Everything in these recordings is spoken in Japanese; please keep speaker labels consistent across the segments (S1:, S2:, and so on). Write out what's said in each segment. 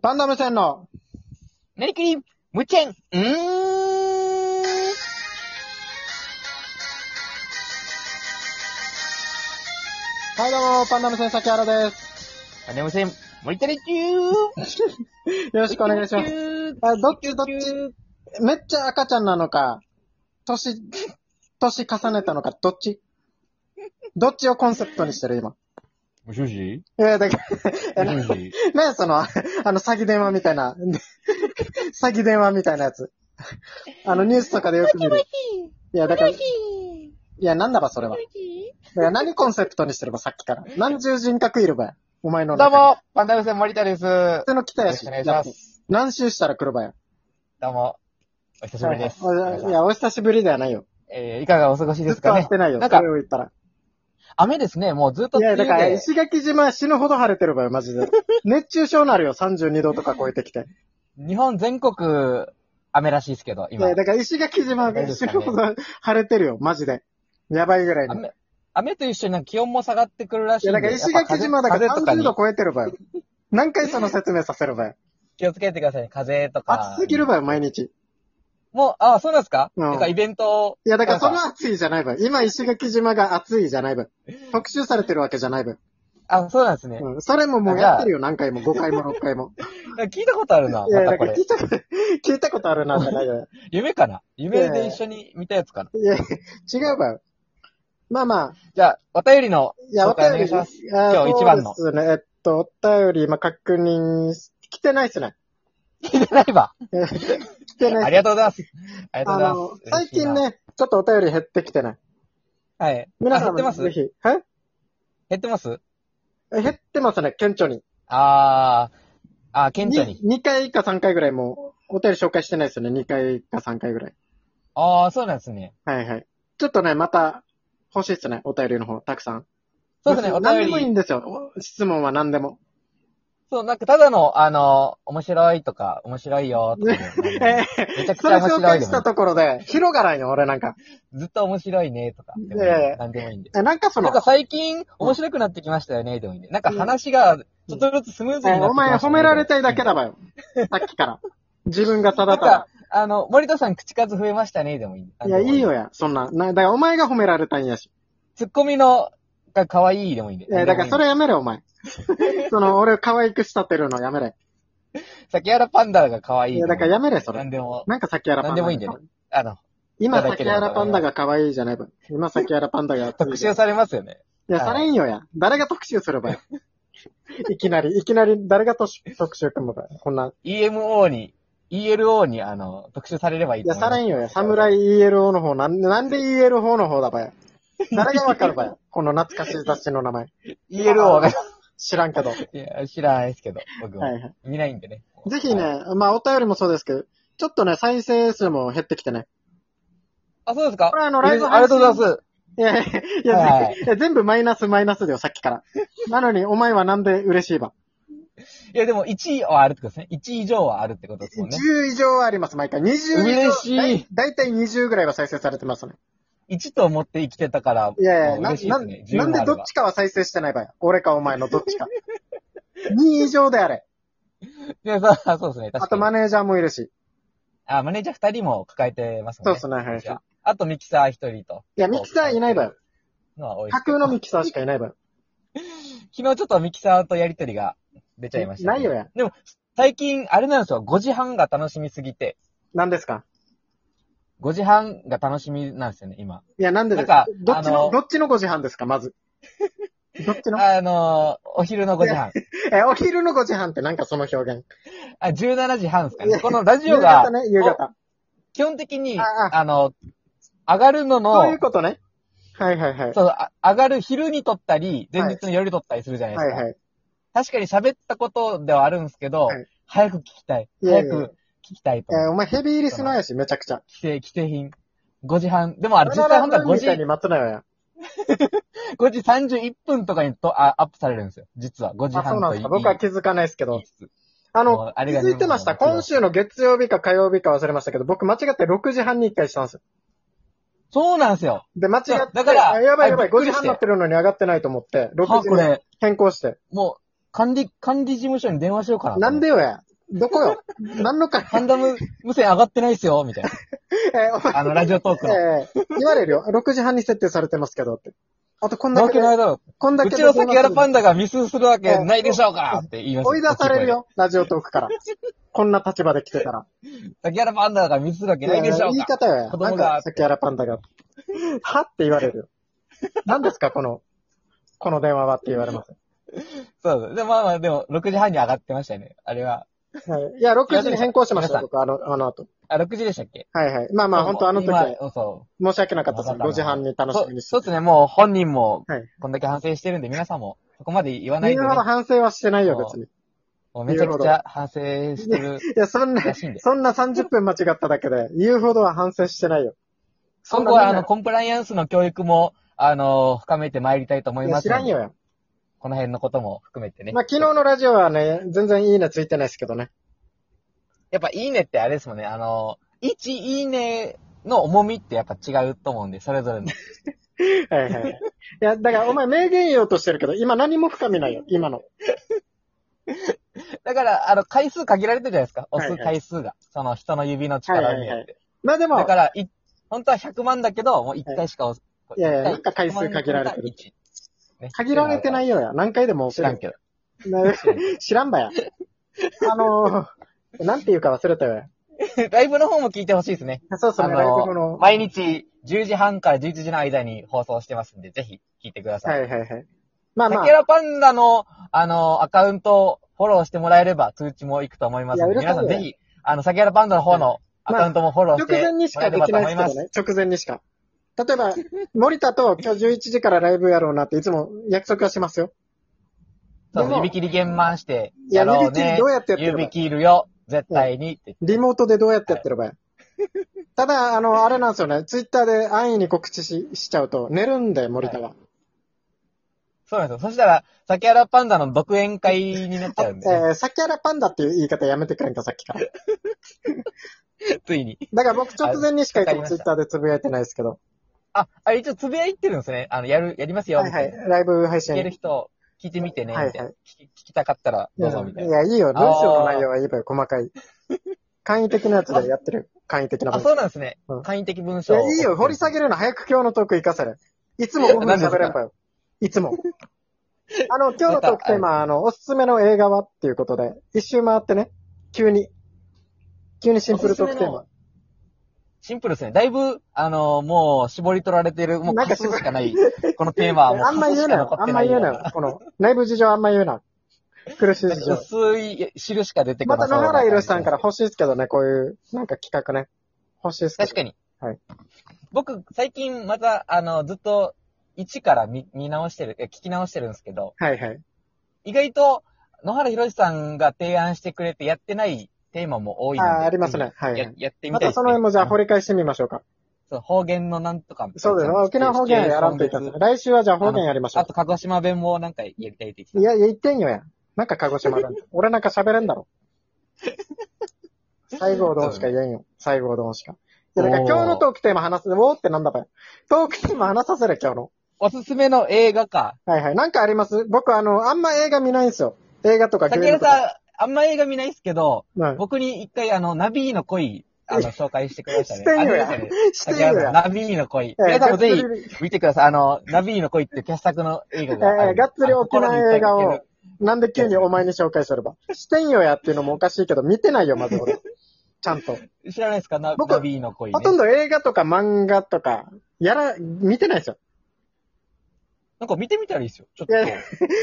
S1: パンダム線の、
S2: なりきり、むっちゃん、うーん。
S1: はいどうも、パンダム線崎原です。
S2: 金山線、森田レッキュー。よ
S1: よろしくお願いします。
S2: す。
S1: あ、どっちどっちめっちゃ赤ちゃんなのか、年、年重ねたのか、どっちどっちをコンセプトにしてる今。
S2: もしもし
S1: いや、だから、
S2: もしもし
S1: 何やその、あの、詐欺電話みたいな、詐欺電話みたいなやつ。あの、ニュースとかでよく見る。いや、だから、いや、なんだばそれは。だから何コンセプトにしてればさっきから。何重人格いればや。お前の
S2: ど
S1: 中
S2: う
S1: に。
S2: も、パンダム線森田です。よ
S1: っての来た
S2: ろ
S1: や
S2: し
S1: し。
S2: くお願いします。
S1: 何周したら来るばや。
S2: どうも、お久しぶりです。
S1: おいや、お久しぶりではないよ。
S2: えー、いかがお過ごし
S1: ず
S2: で
S1: っ
S2: す
S1: と会
S2: か
S1: っ
S2: ね
S1: てないよ。
S2: なんか
S1: それを言ったら。
S2: 雨ですね、もうずっと
S1: いや、だから、
S2: で。
S1: 石垣島死ぬほど晴れてるばよ、マジ で。熱中症なるよ、32度とか超えてきて。
S2: 日本全国、雨らしいですけど、
S1: い
S2: 今
S1: や、。だから石垣島
S2: 大丈夫です
S1: 死
S2: かね
S1: ぬほど晴れてるよ、マジで。やばいぐらいに。
S2: 雨、雨と一緒になんか気温も下がってくるらし
S1: い
S2: いん
S1: や、
S2: で。
S1: だから石
S2: やっ
S1: 垣
S2: ぱ風
S1: 島だから
S2: 風とか
S1: 30
S2: に
S1: 度超えてるばよ。何回その説明させるばよ。
S2: 気をつけてくださいね、風邪とか。
S1: 暑すぎるばよ、毎日。
S2: もう、ああ、そうなんですか
S1: うん
S2: なんかイベント、
S1: いや、だからそ
S2: な
S1: の暑いじゃないばよ。今石垣島が暑いじゃないばよ。特集されてるわけじゃないばよ。
S2: あ、そうなんですね。
S1: うん。それももうやってるよ、何回も。5回も6回も。
S2: 聞いたことあるな、
S1: いや、
S2: ま
S1: だ
S2: た
S1: か
S2: こ
S1: ら
S2: れ
S1: 聞。いたこと、 聞いたことあるな、じゃないよ。
S2: 夢かな夢で一緒に見たやつかな。
S1: いや、違うわよ。まあまあ、
S2: じゃあ、お便りの、
S1: いや、
S2: そう
S1: お
S2: か
S1: 便り、
S2: お 願いし
S1: あー
S2: 今日一番の
S1: そうですね。えっと、お便り、まあ、確認し、来てないっすね。
S2: 聞いてないわ。
S1: 来てないっす
S2: ありがとうございます。ありがとうござ
S1: あ
S2: い
S1: の
S2: ます、。
S1: 最近
S2: 嬉しい
S1: ね、ちょっとお便り減ってきてない。
S2: な。はい。
S1: 皆さ
S2: あ減
S1: ん
S2: ってま
S1: も
S2: す
S1: ぜひ。え
S2: 減ってます
S1: え減ってますね、顕著に。
S2: あー、あー、顕著に。
S1: 2回か3回ぐらいもう、お便り紹介してないですよね。2回か3回ぐらい。
S2: あー、そうなんですね。
S1: はいはい。ちょっとね、また、欲しいっすね、お便りの方、たくさん。
S2: そうですね、お
S1: 何でもいい
S2: 便り。
S1: んですよ。お質問は何でも。
S2: そう、なんかただの、あの、面白いとか、面白いよとかね、
S1: え
S2: めちゃ
S1: ー
S2: くち
S1: それ
S2: ゃ面
S1: 紹
S2: 白い
S1: 介
S2: で
S1: し
S2: もい
S1: たところで、広がらんよ、俺なんか。
S2: い。ずっと面白いねとか、でもいい
S1: ええ
S2: なんでもいいんで。
S1: え、なんかそ
S2: な
S1: の
S2: んか、最近、面白くなってきましたよね、でもいいんで。なんか話が、ちょっとずつスムーズ
S1: え
S2: になってきましたね、
S1: お前褒められたいだけだわよ。さっきから。自分がただた
S2: あの、森田さん口数増えましたね、でもいい。
S1: だ。いや、いいよ。や、そんな。な、だからお前が褒められたいんやし。
S2: ツッコミのが可愛いでもいいんで。
S1: いや、だからそれやめろよ、お 前。その、俺を可愛く仕立てるのやめれ。
S2: 先原パンダが可愛い。
S1: いや、だからやめれ、それ
S2: 何。でも、
S1: なんか先原パンダ。
S2: なんでもいいんだよあの、
S1: 今、
S2: いただけ
S1: 先
S2: れば
S1: 原パンダが可愛いじゃない分。今、先原パンダが。
S2: 特集されますよね。
S1: いや、されんよや。誰が特集すれば よ。いきなり、いきなり、誰が特集特集組むばよ。こんな。
S2: EMO に、ELO に、あの、特集されればいい
S1: いや、されんよや。
S2: イ。
S1: 侍 ELO の方、なんなんで ELO の方だ ばよ。誰がわかるばよ。この懐かしい雑誌の 名前。
S2: ELO が、
S1: 知らんけど。はい
S2: いや、知らないですけど、僕も。
S1: はい。
S2: 見ないんでね。
S1: ぜひ
S2: はい。
S1: ね、まあお便りもそうですけど、ちょっとね、再生数も減ってきてね。
S2: あ、そうですか
S1: これあのライブ
S2: ありがとうございます。
S1: いやいやいや、
S2: はい
S1: いや全部マイナスマイナスだよ、さっき から。なのに、お前はなんで嬉しいば。
S2: いや、でも1位はあるってことですね。1位以上はあるってことですもんね。
S1: 10以上はあります、毎回。20以上。
S2: 嬉しい
S1: だいたい20ぐらいは再生されてますね。
S2: 1と思って生きてたから、
S1: いやいや、
S2: もう
S1: な、
S2: 嬉しいで
S1: な
S2: す
S1: ん
S2: ね。
S1: なんでどっちかは再生してないばよ。俺かお前のどっちか。2以上であれ。
S2: いや、 そうそうですね。確かに。
S1: あとマネージャーもいるし。
S2: あ、マネージャー二人も抱えてますも
S1: そ
S2: ん
S1: うで
S2: ね。
S1: すね、はい。い
S2: じゃああとミキサー一人と。
S1: や、ミキサーいないばよ。
S2: のは多いです
S1: 架
S2: け
S1: 空
S2: ど
S1: のミキサーしかいないばよ。
S2: 昨日ちょっとミキサーとやりとりが出ちゃいました、
S1: ないよや。
S2: でも、最近、あれなんですよ。5時半が楽しみすぎて。
S1: 何ですか
S2: 5時半が楽しみなんですよね、今。
S1: いや、なんでです
S2: なんか
S1: どっちの、
S2: あの
S1: どっちの5時半ですか、まず。どっちの
S2: あのーお昼の5 時半。
S1: え、お昼の5時半ってなんかその表現。
S2: あ、17時半ですかね。このラジ
S1: 夕
S2: オが
S1: 方、ね、夕方。
S2: 基本的に、
S1: ああ
S2: あの、上がるのの、
S1: そういうことね。はいはいはい。
S2: そうあ上がる昼に撮ったり、前日の夜撮ったりするじゃないです
S1: は
S2: か。
S1: いはい。
S2: 確かに喋ったことではあるんですけど、
S1: はい
S2: 早く聞きたい。
S1: いやい
S2: 早
S1: や
S2: く聞きたいと
S1: え
S2: 思って。
S1: ーお前ヘビー入りすなやし、めちゃくちゃ。
S2: 規制、規制品。5時半。でもあれ、実際
S1: ら
S2: 本当は5
S1: み
S2: 時
S1: たい、に待つなよや。
S2: 5時31分とかにとあアップされるんですよ。実は。5時
S1: あ、そう
S2: 半
S1: なん
S2: と
S1: です
S2: い
S1: か。僕は気づかないですけど
S2: 言い。つつ
S1: あ
S2: も
S1: の
S2: う、あ
S1: 気
S2: れがね
S1: づいてました。
S2: もうもう
S1: 今週の月曜日か火曜日か忘れましたけど、僕間違って6時半に1回したんですよ。
S2: そうなんですよ。
S1: で、間違って、
S2: いやだから
S1: あやばいやば、
S2: はいいびっ
S1: 5
S2: く
S1: 時
S2: りして
S1: 半になってるのに上がってないと思って、6
S2: は
S1: 時
S2: こ
S1: に
S2: れ、
S1: 変更して。
S2: もう、管理、管理事務所に電話しようかな。
S1: なんでよや。どこ よ何の会
S2: ハンダム無線上がってないっすよ、みたいな。
S1: えー、お前
S2: あの、ラジオトークの。
S1: ええ言われるよ。6時半に設定されてますけどって。あと、こんだ
S2: なわ
S1: け
S2: け
S1: で、
S2: ないだろ。
S1: こんだ
S2: う
S1: け
S2: ちの先原パ
S1: ン
S2: ンダがミスするわけないでしょうかって言います
S1: 追い出され る。よ、ラジオトークから。こんな立場で来てたら。
S2: 先原パンダがミスするわけないでしょ
S1: 言
S2: う
S1: い
S2: か
S1: 方よ。
S2: 子
S1: な
S2: 供
S1: ん
S2: が
S1: か、さっきやらパンダが。はって言われるよ。何ですか、この、この電話はって言われます。
S2: そうそう。で、まあまあ、でも、6時半に上がってましたよね。あれは。
S1: はい、いや、6時に変更しましたよ、僕、あの、あの後。
S2: あ、6時でしたっけ
S1: はいはい。まあまあ、本当あの時、
S2: 今
S1: 申
S2: そう。
S1: し訳なかったです。
S2: わかったわ
S1: 5時半に楽しみにして
S2: そ。うですね、もう本人も
S1: はい、
S2: こんだけ反省してるんで、皆さんも、そこまで言わない
S1: みん
S2: で、ね
S1: な、の反省はしてないよ、
S2: そう
S1: 別に。
S2: もうめちゃくちゃ反省してる
S1: いや、そんな
S2: らし いん、で。
S1: そんな30分間違っただけで、言うほどは反省してないよ。
S2: 今
S1: な
S2: 後は、
S1: み
S2: あ
S1: んな
S2: の、コンプライアンスの教育も、あの、深めてまいりたいと思い
S1: いや
S2: ま
S1: 知
S2: す
S1: ら
S2: の
S1: ん
S2: で。
S1: よや。
S2: この辺のことも含めてね。
S1: まあ、昨日のラジオはね、全然いいねついてないですけどね。
S2: やっぱいいねってあれですもんね、あの、1いいねの重みってやっぱ違うと思うんで、それぞ れの。
S1: はい はい。いや、だからお前名言言おうとしてるけど、今何も深みないよ、今の。
S2: だから、あの、回数限られてるじゃないですか。押
S1: は
S2: す
S1: いはい
S2: 回数が。その人の指の力によって。
S1: まあでも、
S2: だから、い、本当は100万だけど、もう1回しか押す。
S1: いやいや
S2: 一回
S1: なんか回数限られてる。
S2: 一ね
S1: 限られてないよや。何回でも
S2: 知らんけど。
S1: な知らん ばや。あのー、なんていうか忘れたよや。
S2: ライブの方も聞いてほしいですね。
S1: そうそうね、
S2: あ
S1: ライ
S2: の
S1: ブ後の。は
S2: 毎日10時半から11時の間に放送してますんで、ぜひ聞いてください。
S1: いはいはい。まあまあ、
S2: 竹原パンダの、あの、アカウントをフォローしてもらえれば通知も行くと思いますの
S1: い
S2: で、
S1: やうる
S2: 皆
S1: さ
S2: さ
S1: いよ
S2: んぜひ、あの、竹原パンダの方のアカウントもフォローして
S1: 直前にし
S2: もら
S1: か
S2: えれ
S1: で
S2: ば
S1: き
S2: と
S1: ない
S2: 思
S1: です
S2: い
S1: け
S2: ま
S1: ど
S2: す。
S1: ね、直前にしか。例えば、森田と今日11時からライブやろうなっていつも約束はしますよ。
S2: そ
S1: で
S2: うそ
S1: も
S2: う、指切り減満して、
S1: いや、
S2: やろ
S1: 指
S2: う
S1: 切り
S2: ね
S1: ど。うやってやってれば
S2: 指切るよ、絶対にって。
S1: リモートでどうやってやってればや。ただ、あの、あれなんですよね。ツイッターで安易に告知ししちゃうと、寝るんだよ、森田は。
S2: そうなんですよ。そしたら、竹原パンダの独演会になっちゃうんで、
S1: えー、さっきあらパンダっていう言い方やめてくれんか、さっきから。
S2: ついに。
S1: だから僕直前にしかいつも
S2: わか
S1: ツイッ
S2: りました
S1: ターでつぶやいてないですけど。
S2: あ、あれ一応つぶやいてるんですね。あの、やる、やりますよ、
S1: は
S2: み
S1: いは
S2: たい
S1: い
S2: な。。
S1: ライブ配信。
S2: 聞ける
S1: い
S2: 人、聞いてみてね、
S1: はいはい
S2: みたいな。聞き聞きたかったら、どうぞ、みたいな。
S1: や、いいよ。文章の内容はいいわよ、細か い。簡易的なやつでやってる。簡易的な
S2: あ、
S1: 文章。
S2: そうなんですね
S1: うん。
S2: 簡易的文
S1: い
S2: 章。
S1: や、いいよ。掘り下げるの早く今日のトーク活かせる。いつも5分喋れんばよ。いつも。 あの、今日のトークテーマは、あの、おすすめの映画はっていうことで、一周回ってね、急に、急にシンプルトークテーマ。
S2: シンプルですね。だいぶ、あのーもう、絞り取られてる、もう、
S1: なんか
S2: 数
S1: 絞
S2: しかない、このテーマはもう、
S1: あんま言うなよ。あんま言うなよ。この、内部事情あんま言うな。苦しい事情。
S2: 薄い汁しか出てこ
S1: ま
S2: な
S1: た
S2: い。
S1: 野原宏さんから。欲しいですけどね、こういう、なんか企画ね。欲しいですけど。
S2: 確かに。
S1: はい
S2: 僕、最近、また、あの、ずっと、一から見、見直してる、え聞き直してるんですけど、
S1: はいはい。
S2: 意外と、野原宏さんが提案してくれてやってないテーマも多い
S1: あ
S2: ので。
S1: あ、ありますね。はいは
S2: や
S1: い。。
S2: やってみ
S1: ま
S2: たい
S1: た
S2: です
S1: そ
S2: ね、
S1: の辺もじゃあ掘り返してみましょうか。
S2: そう方言のなんとか。
S1: そうだよ。沖縄方言やらんといかんですね。来週はじゃあ方言やりましょ
S2: あと、鹿児島弁もなんかやりたいって言って
S1: う。いや、いや、言ってんよや。なんか鹿児島 弁。俺なんか喋れんだろ。西郷どんしか言えんよ。西郷どんしか。いや、だから今日のトークテーマ話す、おーってなんだかよ。トークテーマ話させる今日の。
S2: おすすめの映画か。
S1: はいはい。なんかあります僕あの、あんま映画見ないんですよ。映画とか
S2: 竹
S1: ゲーム
S2: 原
S1: とか。
S2: さん、あんま映画見ないっすけど、
S1: うん
S2: 僕に一回あの、ナビーの恋、あの、紹介してくれましたね。
S1: してん
S2: あ
S1: よ
S2: れ
S1: や
S2: ですね。
S1: して
S2: 竹
S1: んよ
S2: 原さん、
S1: や。
S2: ナビーの恋。
S1: えー
S2: 皆さんもぜ
S1: がっ
S2: ひ
S1: つり
S2: 見てください。あの、ナビーの恋って傑作の映 画があ
S1: え
S2: る
S1: え、がっつり沖縄映画を。、なんで急にお前に紹介すれば。してんよやっていうのもおかしいけど、見てないよ、まず 俺。ちゃんと。
S2: 知らないですかナ
S1: 僕
S2: ナビーの恋、ね。
S1: ほとんど映画とか漫画とか、やら、見てないですよ。
S2: なんか見てみたらいいっすよ。ち
S1: い
S2: ょっと。
S1: やいい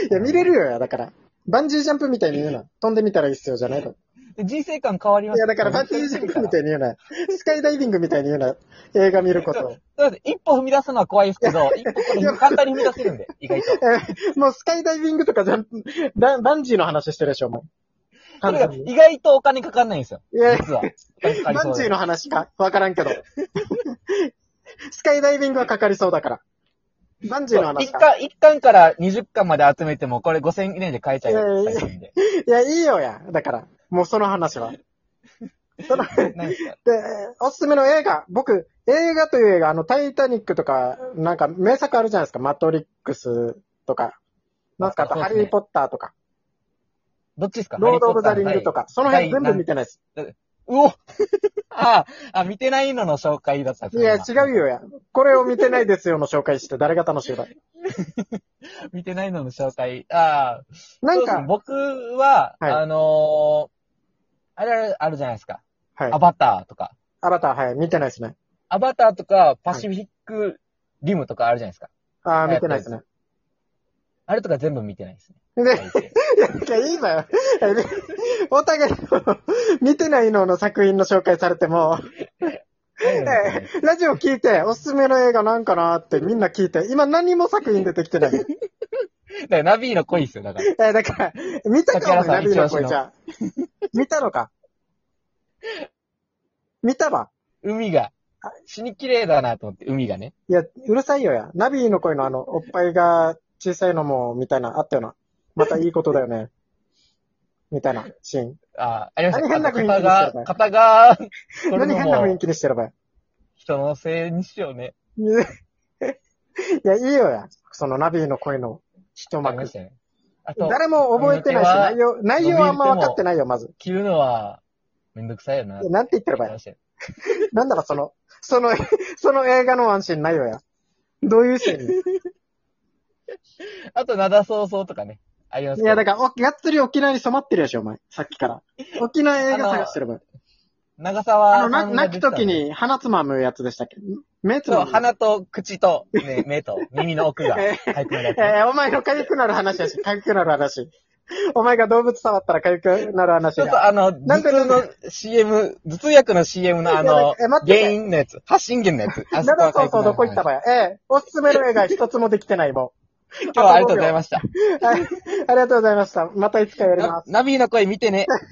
S1: や、見れるよや、だから。バンジージャンプみたいに言うな。飛んでみたらいいっすよ、じゃないの。
S2: 人生観変わりま
S1: い
S2: す
S1: や、だからバンジージャンプみたいに言うな。スカイダイビングみたいに言うな。映画見ることを。
S2: そうです一歩踏み出すのは怖いです けど、一歩これ簡単に踏み出せるんで、意外と。
S1: もうスカイダイビングとかジャンプ、バンバンジーの話してるでしょ、もう。
S2: そ
S1: 完
S2: れが
S1: 全に。
S2: 意外とお金かかんないんですよ。
S1: いや、
S2: 実は。お金かかり
S1: バ
S2: そ
S1: ン
S2: う
S1: ジ
S2: で
S1: ーの話かわからん けど。スカイダイビングはかかりそうだから。バンジーの話
S2: 1
S1: か。
S2: 巻、一巻から20巻まで集めても、これ5000円で買えちゃうやつなんで。
S1: いや、いいよや。だから、もうその話は。その、で、
S2: 何ですか
S1: おすすめの映画。僕、映画という映画、あの、タイタニックとか、なんか名作あるじゃないですか。マトリックスとか。なんすか、あと
S2: そう
S1: ハ
S2: です
S1: リ
S2: ね
S1: ーポッターとか。
S2: どっちですか
S1: ロード・オブ・ザ・リングと
S2: か。
S1: か、その辺全部見てないです。
S2: うお ああ、見てないのの紹介だったん
S1: い
S2: ですね
S1: や、
S2: 今
S1: 違うよや。これを見てないですよの紹介して誰が楽しいだ。
S2: 見てないのの紹介。ああ。
S1: なん
S2: そうです
S1: か、
S2: 僕は、
S1: はい
S2: あのーあれあるあるじゃないですか。
S1: はい
S2: ア。バターとか。
S1: アバター、はい、見てないですね。
S2: アバターとか、パシフィックリムとかあるじゃないですか。
S1: ああ、見てないですね。
S2: あれとか全部見てないですね。
S1: で、いや、いやいいのよ。 お互いの、見てないのの作品の紹介されても、
S2: え
S1: ラジオ聞いて、おすすめの映画なんかなってみんな聞いて、今何も作品出てきてない。
S2: だからナビーの恋ですよ、だから。
S1: え、だから、見たかも、
S2: 竹原さ
S1: ナ
S2: ん
S1: ビの声
S2: 一押しの
S1: じゃあ。見たのか。見たわ。
S2: 海が。死に綺麗だなと思って、海がね。
S1: いや、うるさいよや。ナビの声のあの、おっぱいが小さいのも、みたいな、あったよな。またいいことだよね。みたいな、シーン。
S2: ああ、ありました。
S1: 何変な雰囲気
S2: 肩
S1: ですよ
S2: が
S1: ね、
S2: 肩が、これ
S1: 何
S2: も
S1: 変な
S2: も
S1: 雰
S2: う
S1: 囲気にしてればよ。
S2: 人のせいにしようね。
S1: いや、いいよや。そのナビの声の一
S2: ありま
S1: 幕
S2: し。たね。あと、
S1: 誰も覚えてないし、内容、内容はあんま分かってないよ、まず。
S2: 着るのは、めんどくさいよな。
S1: いやなんて言ってれば
S2: あり
S1: よ
S2: ま。したよ
S1: なんだろ、その、その、 その映画のワンシーンないよや。どういうシーン
S2: あと、灘そうそうとかね。あります
S1: い
S2: けど
S1: や、だから、おがっつり沖縄に染まってるやし、お前。さっきから。沖縄映画探してれば。
S2: 長
S1: あ
S2: 沢
S1: の、な、
S2: さんが
S1: 泣
S2: 出
S1: き
S2: てたんで
S1: 時。に鼻つまむやつでしたっけ目つ
S2: そ
S1: ま
S2: う、
S1: む。
S2: 鼻と口と、ね、目と耳の奥が
S1: え
S2: 入ってるや
S1: えーお前の痒くなる話やし、痒くなる話。お前が動物触ったら痒くなる
S2: つ。
S1: 話
S2: ちょっと
S1: や。
S2: あの、
S1: なんか
S2: 頭痛の CM、頭痛薬の CM のあ
S1: いやなん
S2: の
S1: かえ待、って
S2: 原因のやつ、発信源のやつ。あそ
S1: な
S2: こ
S1: だ
S2: は書
S1: そ
S2: いうてな
S1: そ
S2: いう
S1: どこ行ったばや。ええおすすめの映画一つもできてない、も
S2: 今日はありがとうございました。
S1: う。はいありがとうございました。またいつかやります。
S2: ナナビーの声見てね。